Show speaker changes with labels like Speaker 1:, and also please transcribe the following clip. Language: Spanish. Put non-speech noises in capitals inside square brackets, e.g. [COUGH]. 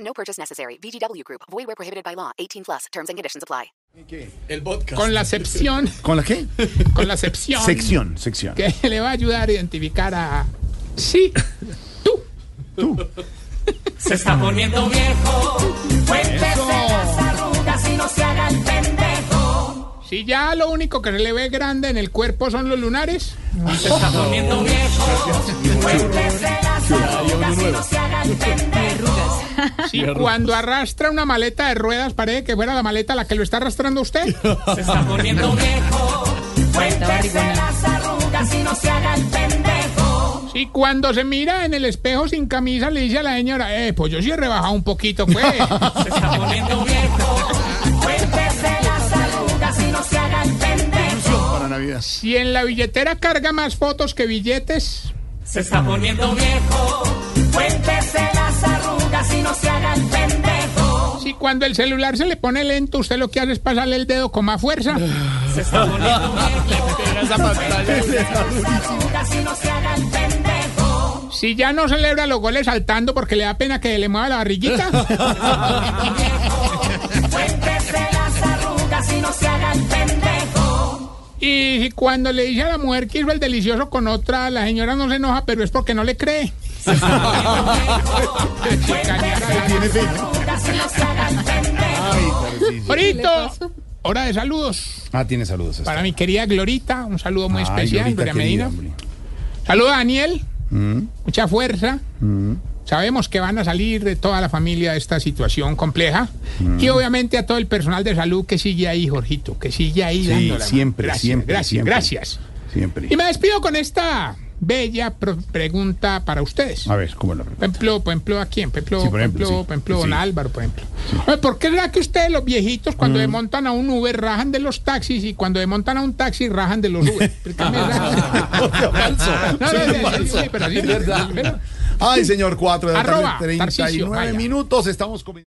Speaker 1: No purchase necessary. VGW Group. Void where prohibited by law. 18 plus. Terms and conditions apply.
Speaker 2: El vodka.
Speaker 3: Con la excepción,
Speaker 4: [LAUGHS] ¿Con la qué?
Speaker 3: con la excepción
Speaker 4: Sección, sección.
Speaker 3: que le va a ayudar a identificar a sí, tú.
Speaker 5: Se está poniendo viejo. Cuéntese las arrugas y no se haga el pendejo.
Speaker 3: Si ya lo único que se le ve grande en el cuerpo son los lunares,
Speaker 5: Se está poniendo viejo. Cuéntese las arrugas y no se haga el pendejo.
Speaker 3: si cuando arrastra una maleta de ruedas parece que fuera la maleta la que lo está arrastrando usted,
Speaker 5: Se está poniendo viejo. Cuéntese las arrugas y no se haga el pendejo.
Speaker 3: si cuando se mira en el espejo sin camisa le dice a la señora, eh, pues yo sí he rebajado un poquito, pues.
Speaker 5: Se está poniendo viejo. Cuéntese las arrugas y no se haga el pendejo.
Speaker 4: Para Navidad.
Speaker 3: Si en la billetera carga más fotos que billetes,
Speaker 5: Se está poniendo viejo. Cuéntese las arrugas y no se haga el pendejo.
Speaker 3: si cuando el celular se le pone lento usted lo que hace es pasarle el dedo con más
Speaker 4: [LAUGHS]
Speaker 3: fuerza.
Speaker 5: Se está poniendo viejo. Arrugas y no se haga el pendejo.
Speaker 3: Si ya no celebra los goles saltando porque le da pena que le mueva
Speaker 4: [LAUGHS]
Speaker 3: la barriguita.
Speaker 5: Cuéntese las arrugas y no se haga el pendejo.
Speaker 3: Y si cuando le dice a la mujer que hizo el delicioso con otra, la señora no se enoja, pero es porque no
Speaker 4: [LAUGHS]
Speaker 3: le cree.
Speaker 5: Arrugas y no se haga el pendejo.
Speaker 3: Ahorito, hora de saludos.
Speaker 4: Ah, tiene saludos. esta.
Speaker 3: Para mi querida Glorita, un saludo muy
Speaker 4: Ay,
Speaker 3: especial.
Speaker 4: Glorita
Speaker 3: Gloria
Speaker 4: querida,
Speaker 3: Medina.
Speaker 4: hombre.
Speaker 3: Saludo a Daniel.
Speaker 4: Mm.
Speaker 3: Mucha fuerza. Sabemos que van a salir de toda la familia de esta situación compleja.
Speaker 4: Mm.
Speaker 3: Y obviamente a todo el personal de salud que sigue ahí, Jorgito, que sigue ahí
Speaker 4: Sí,
Speaker 3: dándola.
Speaker 4: siempre,
Speaker 3: Gracias,
Speaker 4: siempre,
Speaker 3: Gracias,
Speaker 4: siempre.
Speaker 3: gracias.
Speaker 4: Siempre.
Speaker 3: Y me despido con esta bella pro- pregunta para ustedes.
Speaker 4: A ver, ¿cómo la
Speaker 3: Por ejemplo, por ejemplo, ¿a quién? Por ejemplo,
Speaker 4: Ah. Sí,
Speaker 3: por
Speaker 4: por ejemplo,
Speaker 3: ejemplo,
Speaker 4: sí.
Speaker 3: por ejemplo, don
Speaker 4: Sí.
Speaker 3: Álvaro, por ejemplo. Oye, ¿Por qué será que ustedes, los viejitos, cuando
Speaker 4: Mm.
Speaker 3: desmontan a un Uber, rajan de los taxis y cuando desmontan a un taxi, rajan de los Uber? Explícame esa-
Speaker 4: [LAUGHS]
Speaker 3: Ah, No, no, es- es- es- sí, pero así- pero-
Speaker 4: Ay, señor, 4 de la
Speaker 3: Arroba,
Speaker 4: tarde,
Speaker 3: Tarcisio,
Speaker 4: 39
Speaker 3: vaya.
Speaker 4: minutos. Estamos comiendo.